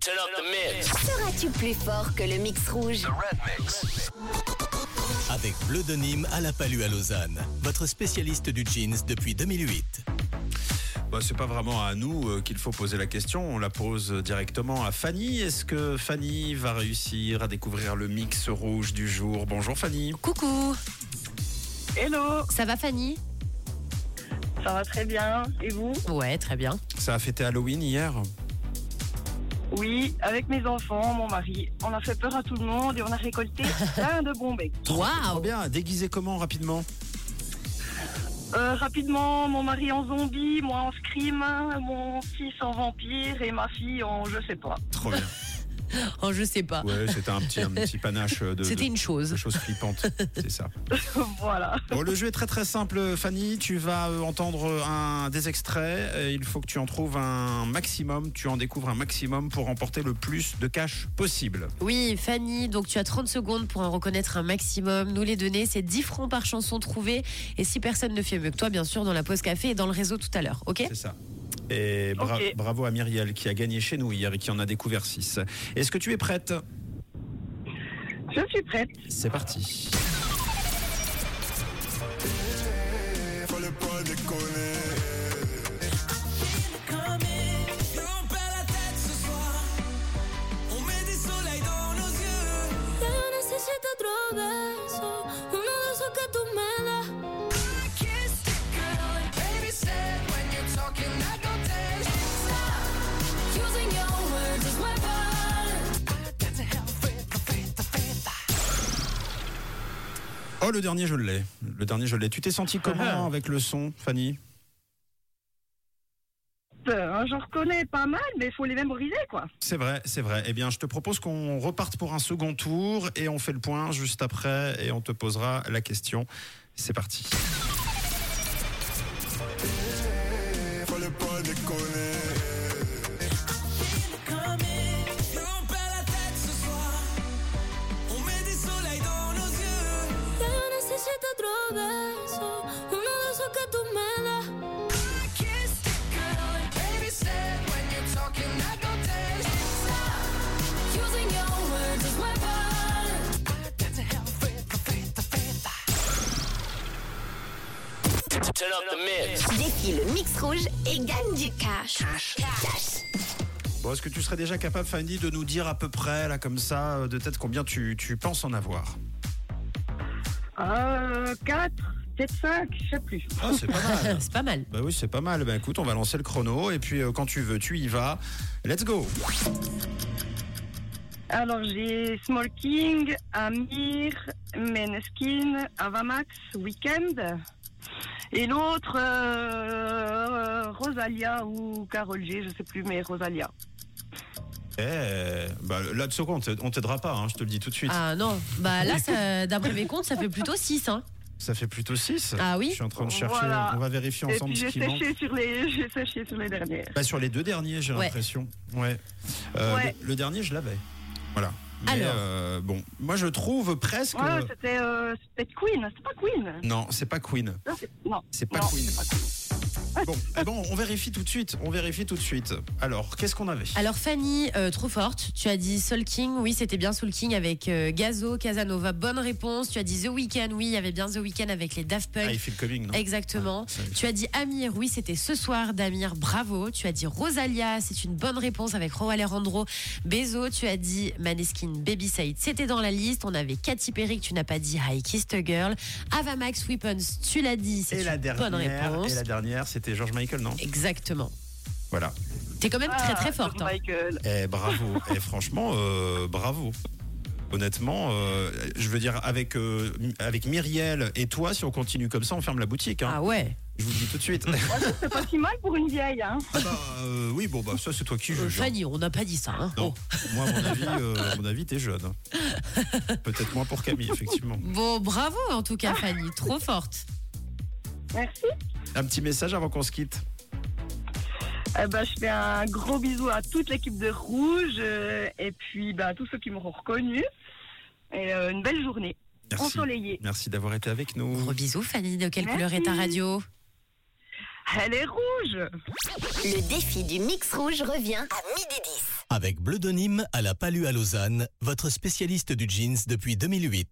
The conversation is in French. Turn up the mix. Seras-tu plus fort que le mix rouge Red mix. Avec Bleu de Nîmes à la Palue à Lausanne, votre spécialiste du jeans depuis 2008. Bah, c'est pas vraiment à nous euh, qu'il faut poser la question. On la pose directement à Fanny. Est-ce que Fanny va réussir à découvrir le mix rouge du jour Bonjour Fanny. Coucou, Hello, ça va Fanny ça va très bien. Et vous Ouais, très bien. Ça a fêté Halloween hier. Oui, avec mes enfants, mon mari. On a fait peur à tout le monde et on a récolté plein de bons becs. Trop Waouh bien. Déguisé comment rapidement Euh, rapidement, mon mari en zombie, moi en scream, mon fils en vampire et ma fille en je sais pas. Trop bien. Oh, je sais pas. Ouais, c'était un petit, un petit panache de, C'était de- une chose. de choses flippantes. C'est ça. voilà. Bon, le jeu est très très simple, Fanny. Tu vas euh, entendre un des extraits. Euh, Il faut que tu en trouves un maximum. Tu en découvres un maximum pour remporter le plus de cash possible. Oui, Fanny, donc tu as 30 secondes pour en reconnaître un maximum. Nous les donner, c'est 10 francs par chanson trouvée. Et si personne ne fait mieux que toi, bien sûr, dans la pause café et dans le réseau tout à l'heure, ok C'est ça. Et bra- Ok. bravo à Myriel qui a gagné chez nous hier et qui en a découvert 6. Est-ce que tu es prête Je suis prête. C'est parti. Et on perd la tête ce soir On met des soleils dans nos yeux Yo necesito otro beso, uno de esos que tú me das. I can't stick around Baby said when you're talking I don't tell you Using your words is my part Oh, le dernier, je l'ai. Le dernier, je l'ai. Tu t'es senti comment avec le son, Fanny Euh, je reconnais pas mal, mais il faut les mémoriser, quoi. C'est vrai, c'est vrai. Eh bien, je te propose qu'on reparte pour un second tour et on fait le point juste après et on te posera la question. C'est parti. Et on perd la tête ce soir On met des soleils dans nos yeux Yo necesito otro beso, uno de esos que tú me das. I can't stick around Baby said when you're talking I don't tell you Using your words is my part Turn up the mix. Défie le mix rouge et gagne du cash. Cash. Bon, est-ce que tu serais déjà capable, Fanny, de nous dire à peu près, là, comme ça, euh, de tête, combien tu, tu penses en avoir Euh, 4, peut-être 5, je sais plus. Ah, c'est pas mal. C'est pas mal. Bah oui, c'est pas mal. Ben écoute, on va lancer le chrono et puis euh, quand tu veux, tu y vas. Let's go. Alors, j'ai Smoking, Amir, Meneskin, Avamax, Weekend. Et l'autre, euh, Rosalia ou Carol G, je sais plus, mais Rosalia. Eh, bah, là, de seconde, on t'aidera pas, hein, je te le dis tout de suite. Ah non, bah là, ça- d'après mes comptes, ça fait plutôt 6. Hein. Ça fait plutôt 6. Ah oui Je suis en train de chercher. Voilà. On va vérifier Et ensemble puis, ce j'ai qui manque. séché, sur les, j'ai séché sur les dernières. Bah, sur les deux derniers, j'ai Ouais. l'impression. Ouais. Euh, Ouais. Le, le dernier, je l'avais. Voilà. Mais, Alors. euh, bon, moi, je trouve presque. Ouais, c'était euh, c'était Queen, c'est pas Queen. Non, c'est pas Queen. Non, c'est- Non, C'est pas Non, Queen. c'est pas Bon, eh ben, on vérifie tout de suite. On vérifie tout de suite. Alors, qu'est-ce qu'on avait Alors Fanny, euh, trop forte, tu as dit Soul King, oui c'était bien Soul King avec euh, Gazo, Casanova, bonne réponse. Tu as dit The Weeknd, oui il y avait bien The Weeknd avec les Daft Punk. Ah, I feel coming, non Exactement. Ouais, ça, Tu as dit Amir, oui, c'était ce soir d'Amir, bravo. Tu as dit Rosalia, c'est une bonne réponse avec Ro Alejandro. Bezo, tu as dit Maneskin, Baby Said, c'était dans la liste. On avait Katy Perry que tu n'as pas dit, I Kissed a Girl. Avamax Weapons, tu l'as dit, c'est Et une la bonne dernière, réponse. et la dernière, c'était George Michael, non Exactement. Voilà. T'es quand même très Ah, très forte. George hein. Michael. Eh, bravo. Eh, franchement, euh, bravo. Honnêtement, euh, je veux dire, avec, euh, avec Myriel et toi, si on continue comme ça, on ferme la boutique. hein. Ah ouais. Je vous le dis tout de suite. C'est pas si mal pour une vieille, hein. Ah bah, euh, oui, bon, bah, ça, c'est toi qui Euh, juges. hein. Fanny, on n'a pas dit ça. hein. Non, moi, à mon avis, euh, à mon avis, t'es jeune. Peut-être moins pour Camille, effectivement. Bon, bravo en tout cas, Fanny, trop forte. Merci. Un petit message avant qu'on se quitte. Eh ben, je fais un gros bisou à toute l'équipe de Rouge euh, et puis ben, à tous ceux qui m'auront reconnu. Et euh, une belle journée, Merci. ensoleillée. Merci d'avoir été avec nous. Gros bisous, Fanny. De quelle Merci. couleur est ta radio Elle est rouge. Le défi du mix rouge revient à midi 10. Avec Bleu Denim à la Palue à Lausanne, votre spécialiste du jeans depuis 2008.